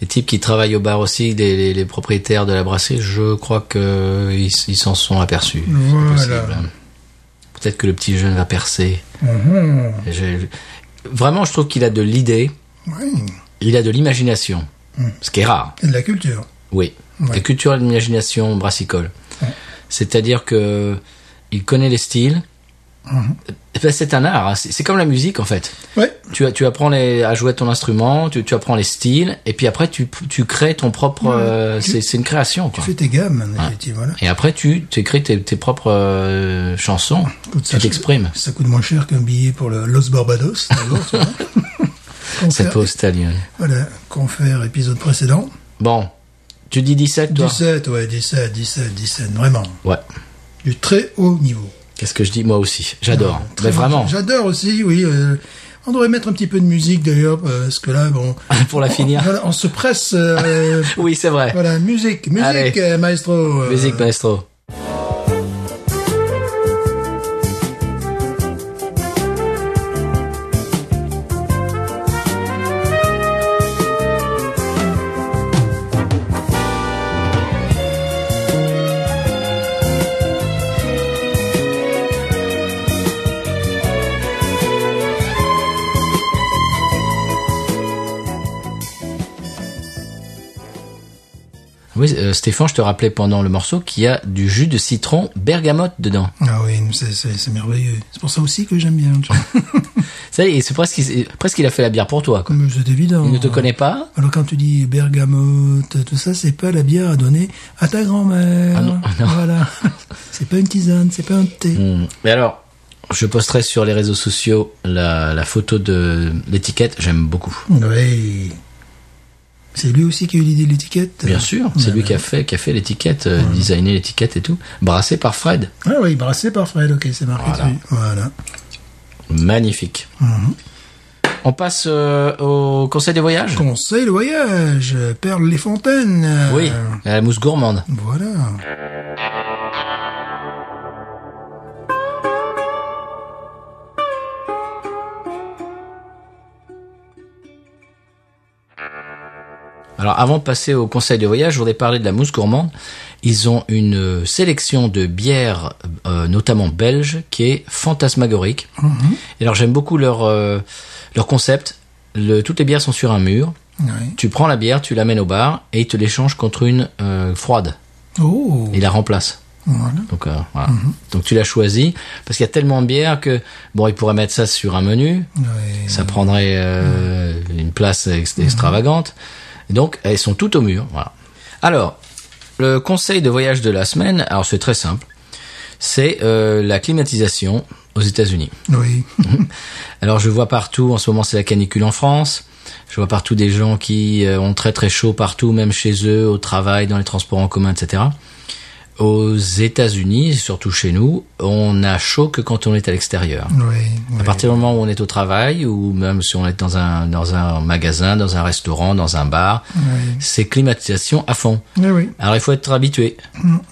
les types qui travaillent au bar aussi, les, les- les propriétaires de la brasserie, je crois que ils ils s'en sont aperçus. C'est
Voilà.
possible. hein. Peut-être que le petit jeune va percer.
Mhm.
Et je- Vraiment, je trouve qu'il a de l'idée,
Oui.
il a de l'imagination. Ce qui est rare.
Et de la culture.
Oui.
Hmm. Ouais.
La culture et l'imagination brassicole. C'est-à-dire que il connaît les styles.
Hmm.
Eh ben, C'est un art. hein. C'est c'est comme la musique en fait.
Ouais.
Tu, tu apprends les- à jouer ton instrument, tu, tu apprends les styles, et puis après tu, tu crées ton propre. euh, c'est c'est une création.
Tu
Quoi.
fais tes gammes, hein, effectivement. Voilà.
Et après tu tu écris tes, tes propres euh, chansons.
Écoute,
Tu t'exprimes.
Ça coûte moins cher qu'un billet pour le Los Barbados. d'ailleurs, tu vois.
Cette
Confère-
pause italienne.
Voilà, confère épisode précédent.
Bon, tu dis 17 toi.
17, ouais, 17, 17, 17, vraiment.
Ouais.
Du très haut niveau.
Qu'est-ce que je dis moi aussi J'adore.
Très
Mais
bon.
vraiment.
J'adore aussi, oui. euh, on devrait mettre un petit peu de musique d'ailleurs, parce que là, bon.
Pour la
on-
finir.
voilà, on se presse. euh,
Oui, c'est vrai.
voilà, musique, musique,
Allez.
euh, maestro. euh,
Musique maestro. Oui, euh, Stéphane, je te rappelais pendant le morceau qu'il y a du jus de citron bergamote dedans.
Ah oui, c'est- c'est c'est merveilleux. C'est pour ça aussi que j'aime bien. tu vois.
Ça, y est, c'est presque, presque il a fait la bière pour toi. Quoi.
Comme c'est évident.
Il ne te connaît pas.
Alors quand tu dis bergamote, tout ça, c'est pas la bière à donner à ta grand-mère.
Ah non, non.
Voilà. c'est pas une tisane, c'est pas un thé.
Hmm. Mais alors, je posterai sur les réseaux sociaux la, la photo de l'étiquette. J'aime beaucoup.
Oui. C'est lui aussi qui a eu l'idée de l'étiquette
Bien sûr, c'est lui qui a fait, qui a fait l'étiquette, euh, designé l'étiquette et tout, brassé par Fred.
Ah oui, brassé par Fred, ok, c'est marqué
Voilà.
dessus. Voilà.
Magnifique. On passe euh, au conseil des voyages.
Conseil de voyage, Perle les Fontaines. euh,
Oui, à la mousse gourmande.
Voilà.
Alors avant de passer au conseil de voyage, je voudrais parler de la mousse gourmande. Ils ont une euh, sélection de bières, euh, notamment belges, qui est fantasmagorique. Et alors j'aime beaucoup leur, euh, leur concept. Le- toutes les bières sont sur un mur.
Oui.
Tu prends la bière, tu l'amènes au bar et ils te l'échangent contre une euh, froide.
Oh.
Ils la remplacent.
Voilà.
Donc euh, voilà. Donc tu l'as choisi parce qu'il y a tellement de bières que bon, ils pourraient mettre ça sur un menu.
Oui.
Ça prendrait euh, une place ex- extravagante. Donc, elles sont toutes au mur. Voilà. Alors, le conseil de voyage de la semaine, alors c'est très simple, c'est euh, la climatisation aux États-Unis.
Oui.
Alors, je vois partout, en ce moment, c'est la canicule en France. Je vois partout des gens qui euh, ont très très chaud partout, même chez eux, au travail, dans les transports en commun, etc. Aux États-Unis, surtout chez nous, on a chaud que quand on est à l'extérieur.
Oui.
À partir du moment où on est au travail, ou même si on est dans un, dans un magasin, dans un restaurant, dans un bar,
Oui.
c'est climatisation à fond.
Oui, oui.
Alors il faut être habitué.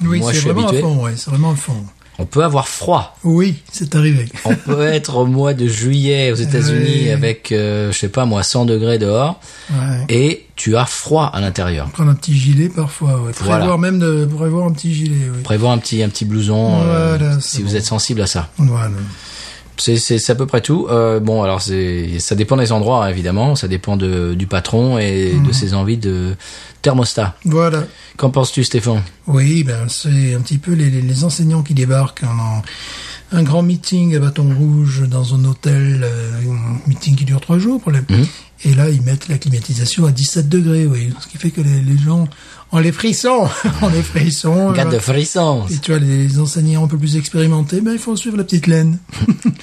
Oui,
Moi, je
c'est
suis
vraiment à
habitué.
fond, ouais, c'est vraiment à fond.
On peut avoir froid.
Oui, c'est arrivé.
On peut être au mois de juillet aux États-Unis
Oui.
avec, euh, je sais pas moi, 100 degrés dehors,
Ouais.
et tu as froid à l'intérieur.
Prendre un petit gilet parfois, ouais. Prévoir
Voilà.
même de prévoir un petit gilet, oui.
Prévoir un petit, un petit blouson euh,
Voilà, c'est
si vous
bon.
êtes sensible à ça.
Voilà.
C'est- C'est c'est à peu près tout. Euh, bon, alors c'est ça dépend des endroits hein, évidemment, ça dépend de, du patron et
Mhm.
de ses envies de thermostat.
Voilà.
Qu'en penses-tu, Stéphane
Oui, ben c'est un petit peu les, les- les enseignants qui débarquent en, un grand meeting à bâton rouge dans un hôtel, euh, un meeting qui dure trois jours pour les-
Mhm.
Et là, ils mettent la climatisation à 17 degrés, oui. Ce qui fait que les, les gens ont les frissons, ont les frissons.
Garde
euh,
de frissons.
et tu vois, les enseignants un peu plus expérimentés, ben, il faut suivre la petite laine.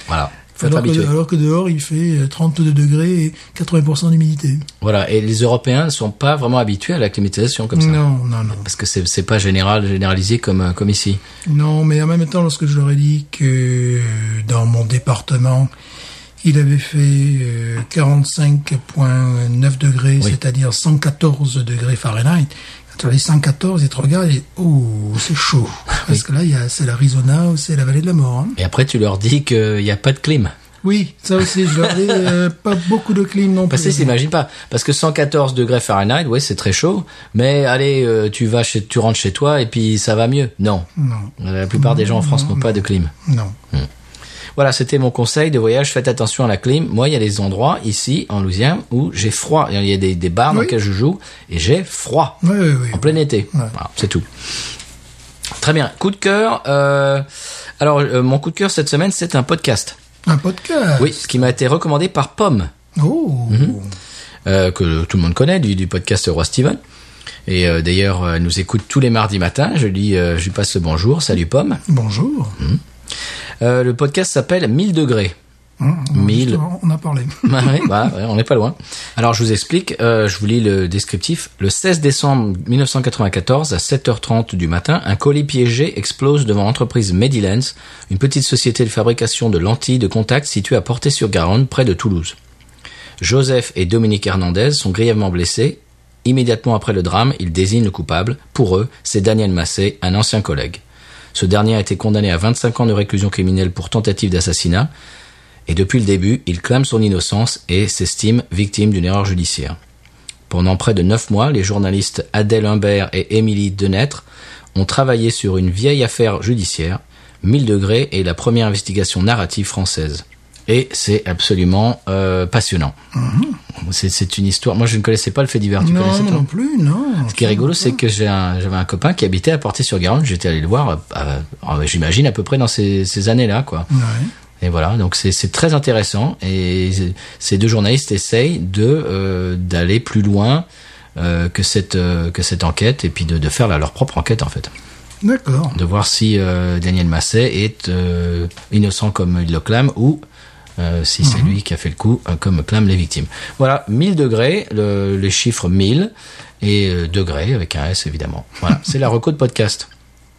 Voilà. Faut être
alors, que,
habitué.
alors que dehors, il fait euh, 32 degrés et 80% d'humidité.
Voilà. Et les Européens ne sont pas vraiment habitués à la climatisation comme ça.
Non, non, non.
Parce que c'est c'est pas général, généralisé comme, euh, comme ici.
Non, mais en même temps, lorsque je leur ai dit que euh, dans mon département, il avait fait euh, 45,9 degrés,
Oui.
c'est-à-dire 114 degrés Fahrenheit, quand on dit 114, ils te regardent et oh, c'est chaud.
Ah
Parce que là, il y a- c'est l'Arizona ou c'est la vallée de la mort. hein.
Et après, tu leur dis qu'il n'y a pas de clim.
Oui, ça aussi, je leur ai euh, pas beaucoup de clim non
Parce que
plus.
t'imagines pas. Parce que 114 degrés Fahrenheit, ouais, c'est très chaud. Mais allez, euh, tu vas chez, tu rentres chez toi et puis ça va mieux. Non.
Non.
La plupart des gens en France n'ont pas de clim.
Non.
Voilà, c'était mon conseil de voyage. Faites attention à la clim. Moi, il y a des endroits ici, en Louisiane, où j'ai froid. Il y a des, des bars dans
Oui.
lesquels je joue et j'ai froid.
Oui, oui, oui.
En plein été.
Ouais.
Voilà, c'est tout. Très bien. Coup de cœur. euh, alors, euh, mon coup de cœur cette semaine, c'est un podcast.
Un podcast.
Oui, ce qui m'a été recommandé par Pomme.
Oh.
euh, que tout le monde connaît, du, du podcast Roi Steven. Et euh, d'ailleurs, euh, elle nous écoute tous les mardis matins. Je lui, euh, je lui passe le bonjour. Salut Pomme.
Bonjour.
Euh, le podcast s'appelle 1000 degrés.
Hum,
1000.
On a parlé.
Bah ouais, bah ouais, on n'est pas loin. Alors je vous explique, euh, je vous lis le descriptif. Le 16 décembre 1994 à 7h30 du matin, un colis piégé explose devant l'entreprise Medilens, une petite société de fabrication de lentilles de contact située à Portée-sur-Garonne, près de Toulouse. Joseph et Dominique Hernandez sont grièvement blessés. Immédiatement après le drame, ils désignent le coupable. Pour eux, c'est Daniel Massé, un ancien collègue. Ce dernier a été condamné à 25 ans de réclusion criminelle pour tentative d'assassinat. Et depuis le début, il clame son innocence et s'estime victime d'une erreur judiciaire. Pendant près de neuf mois, les journalistes Adèle Humbert et Émilie Denêtre ont travaillé sur une vieille affaire judiciaire, 1000 degrés est la première investigation narrative française. Et c'est absolument euh, passionnant. C'est- C'est une histoire. Moi, je ne connaissais pas le fait divers. Tu
Mmh. non,
connaissais
moi
toi
non plus, non.
ce qui est rigolo, c'est que j'ai un- j'avais un copain qui habitait à Portée-sur-Garonne. J'étais allé le voir, euh, euh, j'imagine, à peu près dans ces, ces années-là, quoi.
Ouais.
Et voilà, donc c'est c'est très intéressant. Et ces deux journalistes essayent de euh, d'aller plus loin euh, que cette euh, que cette enquête et puis de, de faire la- leur propre enquête en fait,
D'accord.
de voir si euh, Daniel Masset est euh, innocent comme il le clame ou euh, si
Mhm.
c'est lui qui a fait le coup, euh, comme clament les victimes. Voilà, 1000 degrés, le, les chiffres 1000 et euh, degrés avec un S évidemment. Voilà, c'est la reco de podcast.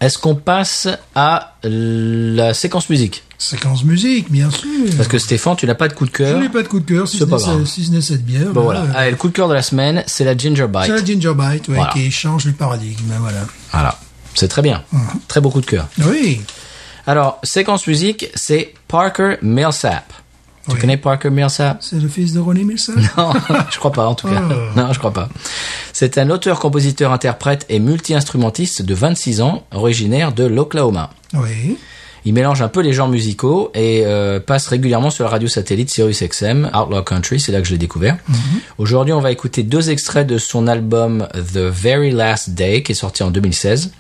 Est-ce qu'on passe à la séquence musique
Séquence musique, bien sûr.
Parce que Stéphane, tu n'as pas de coup de
je
cœur.
n'ai pas de coup de cœur, si
C'est
ce
pas
n'est
grave.
ce- si ce n'est cette bière.
Bon voilà,
là, euh,
Allez, le coup de cœur de la semaine, c'est la Ginger Bite.
C'est la Ginger Bite, ouais,
Voilà.
qui change le paradigme, voilà.
Voilà, c'est très bien.
Mhm.
Très beau coup de cœur.
Oui,
Alors, séquence musique, c'est Parker Millsap. Tu
Oui.
connais Parker Millsap
c'est le fils de René Messa.
Non, je crois pas en tout cas.
Ah.
Non, je crois pas. C'est un auteur, compositeur, interprète et multi-instrumentiste de 26 ans, originaire de l'Oklahoma.
oui,
Il mélange un peu les genres musicaux et euh, passe régulièrement sur la radio satellite Sirius XM, Outlaw Country, c'est là que je l'ai découvert. Aujourd'hui, on va écouter deux extraits de son album The Very Last Day, qui est sorti en 2016.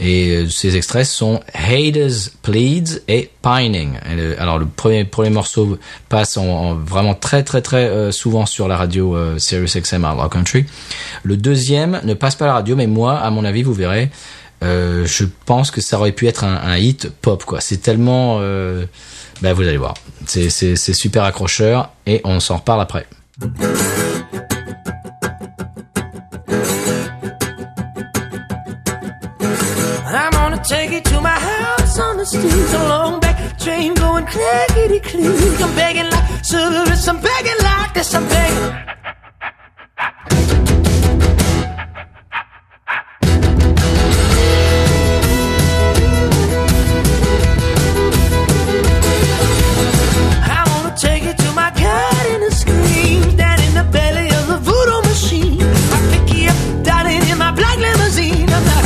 Et euh, ces extraits sont Haters Pleads et Pining. Et le- alors le premier, premier morceau passe en, en vraiment très très très euh, souvent sur la radio euh, Sirius XM Outlaw Country. Le deuxième ne passe pas à la radio, mais moi, à mon avis, vous verrez, euh, je pense que ça aurait pu être un, un hit pop quoi. C'est tellement, euh, ben vous allez voir, c'est c'est- c'est super accrocheur et on s'en reparle après.
I'm gonna take it to my house on the streets. A long back train going clickety click. I'm begging like service, I'm begging like this, I'm begging. I wanna take it to my God in the scream, down in the belly of the voodoo machine. I pick you up, darling, in my black limousine. I'm like.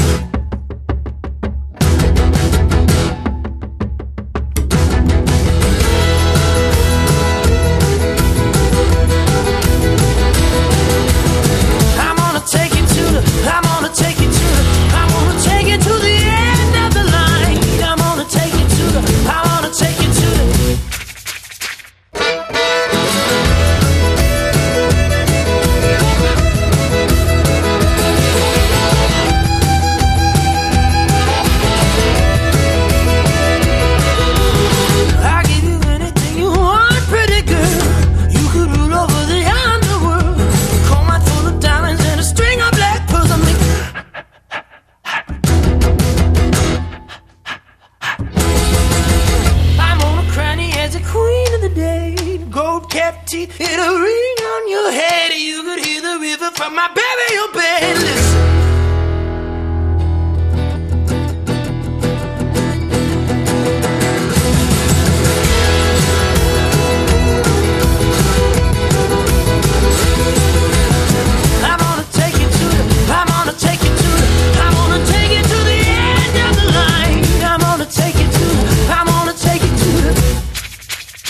teeth. It'll ring on your head. You could hear the river from my burial bed. Listen. I'm gonna take you to the, I'm gonna take you to the, I'm gonna take you to the end of the line. I'm gonna take you to the, I'm gonna take you to the.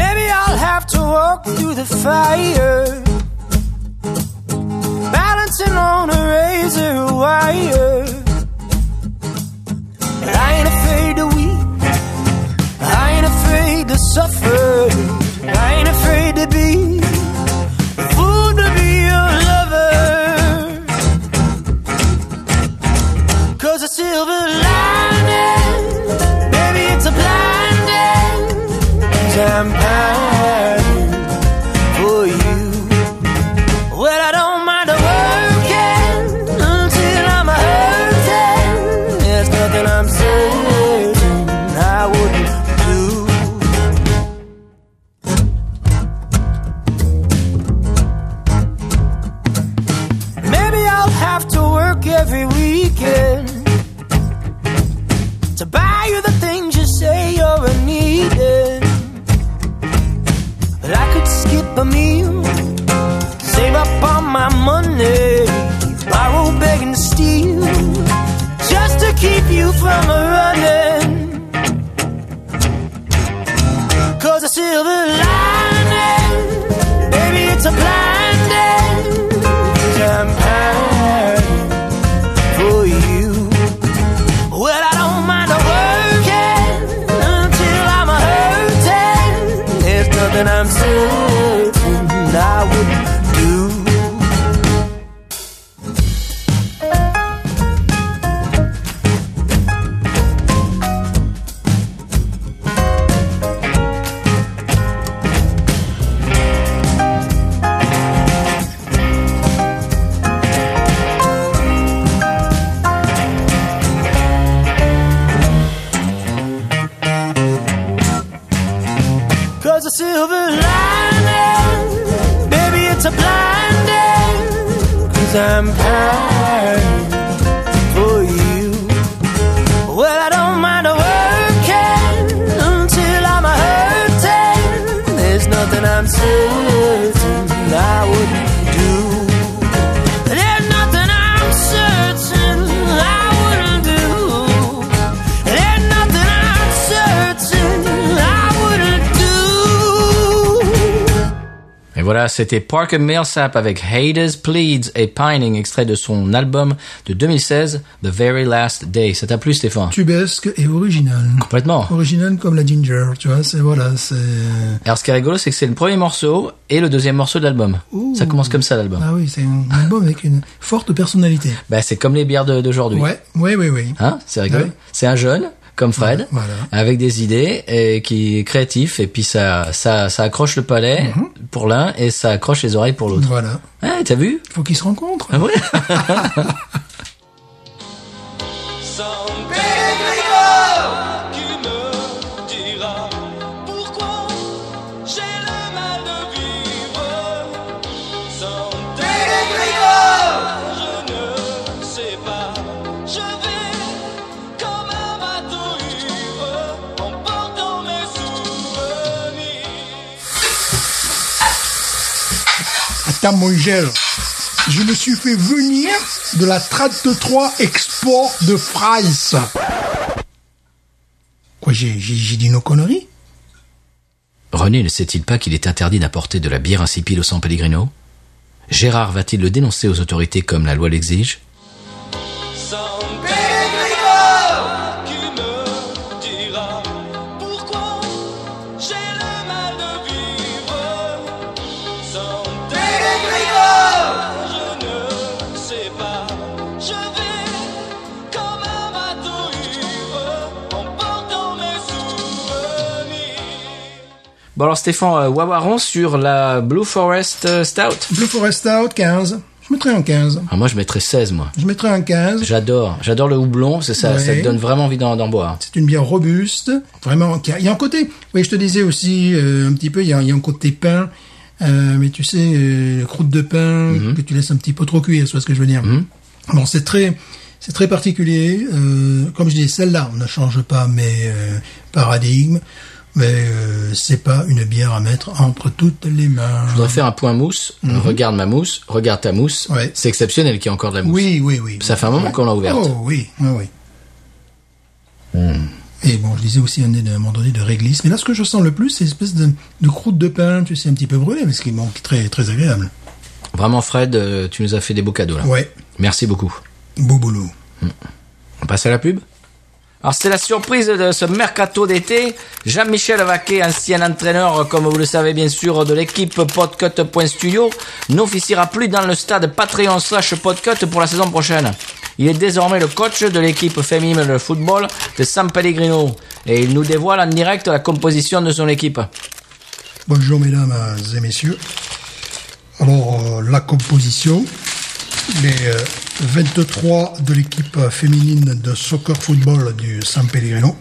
Maybe I'll have to walk through the fire. Balancing on a razor wire. And I ain't afraid to weep. I ain't afraid to suffer. I ain't afraid to be a fool to be your lover. Cause a silver lining, baby, it's a blinding. I'm pining for you. Well, I don't mind working until I'm hurting. There's nothing I'm certain I wouldn't do. Maybe I'll have to work every weekend to buy you the things you say you're needing. But I could skip a meal, save up all my money, borrow, beg, and steal just to keep you from running. Cause a silver lining, baby, it's a blinding. I'm pining for you. Well, I don't mind working until I'm hurting. There's nothing I'm certain I would do. Cause a silver lining, baby, it's a blinding. Cause I'm pining for you. Well, I don't mind working until I'm hurting. There's nothing I'm certain I wouldn't do. There's nothing I'm certain I wouldn't do. There's nothing I'm certain I wouldn't do.
Et voilà, c'était Parker Millsap avec Haters Pleads et Pining, extrait de son album de 2016, The Very Last Day. Ça t'a plu, Stéphane
Tubesque et original.
Complètement.
Original comme la Ginger, tu vois, c'est voilà, c'est.
Alors, ce qui est rigolo, c'est que c'est le premier morceau et le deuxième morceau de l'album. Ça commence comme ça, l'album.
Ah oui, c'est un album avec une forte personnalité.
Bah, c'est comme les bières de- d'aujourd'hui.
Ouais, ouais, ouais, ouais.
Hein C'est rigolo.
Ouais. Ah,
C'est un jeune, comme Fred,
Voilà, voilà.
avec des idées, et qui est créatif, et puis ça, ça, ça accroche le palais
Mm-hmm.
pour l'un, et ça accroche les oreilles pour l'autre.
Voilà.
Ouais, t'as vu
Faut qu'ils se rencontrent.
Ah ouais
Some bénévole qui me dira pourquoi j'ai le mal de vivre. Sans bénévole, je ne sais pas. Je vais comme un bateau ivre en portant mes souvenirs.
Attends, mon gel. Je me suis fait venir de la 33 Export de France. Quoi Quoi, j'ai j'ai- j'ai dit nos conneries
René ne sait-il pas qu'il est interdit d'apporter de la bière insipide au San Pellegrino Gérard va-t-il le dénoncer aux autorités comme la loi l'exige
San Pellegrino Qui me dira pourquoi j'ai le mal de vivre San Pellegrino Je ne sais pas, je vais comme un bateau ivre En portant mes souvenirs
Bon alors Stéphane, euh, Wawaron sur la Blue Forest euh, Stout
Blue Forest Out, 15. Je mettrais un 15.
Ah, Moi je mettrais 16 moi.
Je mettrais un 15.
J'adore, j'adore le houblon, c'est ça,
Ouais.
ça te donne vraiment envie d'en d'en boire.
C'est une bière robuste, vraiment. qui a- Il y a un côté. Oui, je te disais aussi euh, un petit peu. Il y a, il y a un côté pain, euh, mais tu sais, euh, croûte de pain que tu laisses un petit peu trop cuire, c'est ce que je veux dire. Bon, c'est très, c'est très particulier. euh, comme je dis, celle-là, on ne change pas mes euh, paradigmes, mais euh, c'est pas une bière à mettre entre toutes les mains.
Je voudrais faire un point mousse, regarde ma mousse, regarde ta mousse,
Mhm. Ouais.
c'est exceptionnel qu'il y ait encore de la mousse.
Oui, oui, oui.
Ça fait un moment qu'on l'a ouverte. Hmm.
Oh oui, oui, oui. Et bon, je disais aussi un, un moment donné de réglisse. Mais là, ce que je sens le plus, c'est une espèce de, de croûte de pain, tu sais, un petit peu brûlée, mais ce qui est bon, qui est très, très agréable.
Vraiment Fred, euh, tu nous as fait des beaux cadeaux là.
Ouais,
Merci beaucoup.
beau boulot.
On passe à la pub alors c'est la surprise de ce mercato d'été. Jean-Michel Vaquet, ancien entraîneur, comme vous le savez bien sûr, de l'équipe podcut.studio, n'officiera plus dans le stade Patreon slash podcut pour la saison prochaine. Il est désormais le coach de l'équipe féminine de football de San Pellegrino et il nous dévoile en direct la composition de son équipe.
Bonjour, mesdames euh, et messieurs. Alors, euh, la composition. Les euh, 23 de l'équipe féminine de soccer-football du San Pellegrino.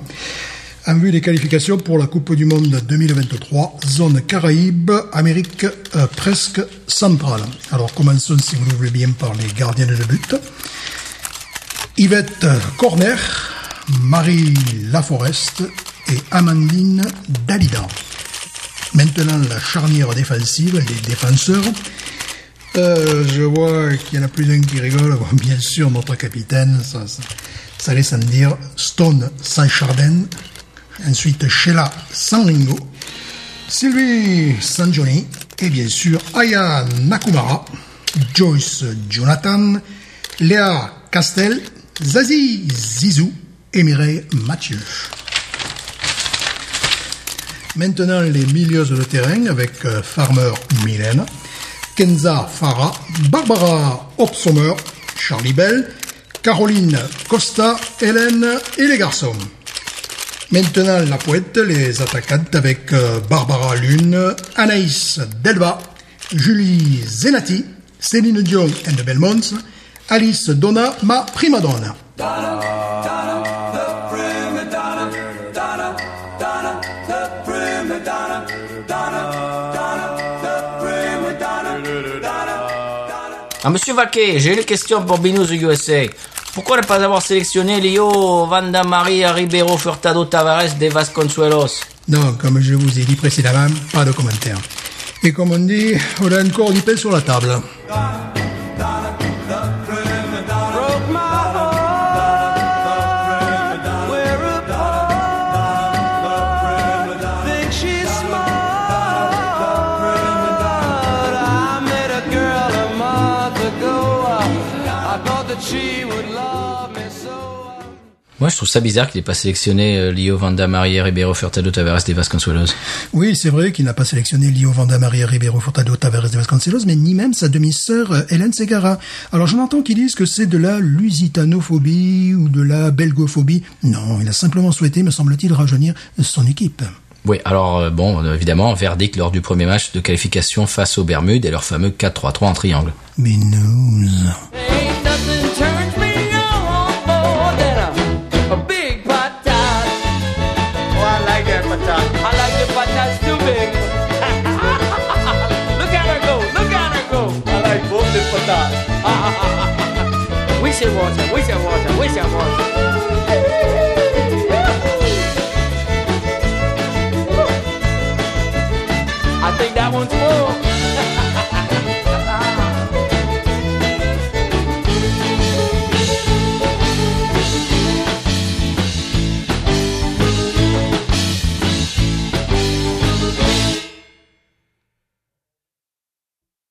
En vue des qualifications pour la Coupe du Monde 2023, zone Caraïbes, Amérique euh, presque centrale. Alors commençons si vous le voulez bien par les gardiennes de but. Yvette Corner, Marie Laforest et Amandine Dalida. Maintenant la charnière défensive, les défenseurs. Euh, je vois qu'il y en a plus d'un qui rigole. Bon, bien sûr, notre capitaine, ça, ça, ça laisse en dire. Stone sans Chardin. Ensuite, Sheila sans Ringo. Sylvie sans Johnny. Et bien sûr, Aya Nakumara. Joyce Jonathan. Léa Castel. Zazie Zizou. Et Mireille Mathieu. Maintenant, les milieuses de terrain avec euh, Farmer Mylène, Kenza Farah, Barbara Hopsommer, Charlie Bell, Caroline Costa, Hélène et les garçons. Maintenant, la poète, les attaquantes avec euh, Barbara Lune, Anaïs Delva, Julie Zenati, Céline Dion and the Belmonts, Alice Donna, ma prima donna.
Ah, monsieur Vaquet, j'ai une question pour Binous USA. Pourquoi ne pas avoir sélectionné Lio, Vanda Maria, Ribeiro, Furtado, Tavares, De Vasconcelos
Non, comme je vous ai dit précédemment, pas de commentaires. Et comme on dit, on a encore du pain sur la table.
We're apart. Think she's smart. I met a girl a month ago. I thought that she would love me so.
Moi, je trouve ça bizarre qu'il ait pas sélectionné euh, Lio, Vanda Maria, Ribeiro, Furtado, Tavares, De Vasconcelos.
Oui, c'est vrai qu'il n'a pas sélectionné Lio Vanda Maria Ribeiro Furtado Tavares de Vasconcelos, mais ni même sa demi-sœur euh, Hélène Segara. Alors j'en entends qu'ils disent que c'est de la lusitanophobie ou de la belgophobie. Non, il a simplement souhaité, me semble-t-il, rajeunir son équipe.
Oui, alors euh, bon, euh, évidemment, verdict lors du premier match de qualification face aux Bermudes et leur fameux 4-3-3 en triangle.
Mais nous...
Ain't nothing turns me on more than a, a big patat. Oh, I like that patat. I like the patats too big. look at her go, look at her go. I like both the patats. we should watch her, we should watch her, we should watch her. I think that one's full.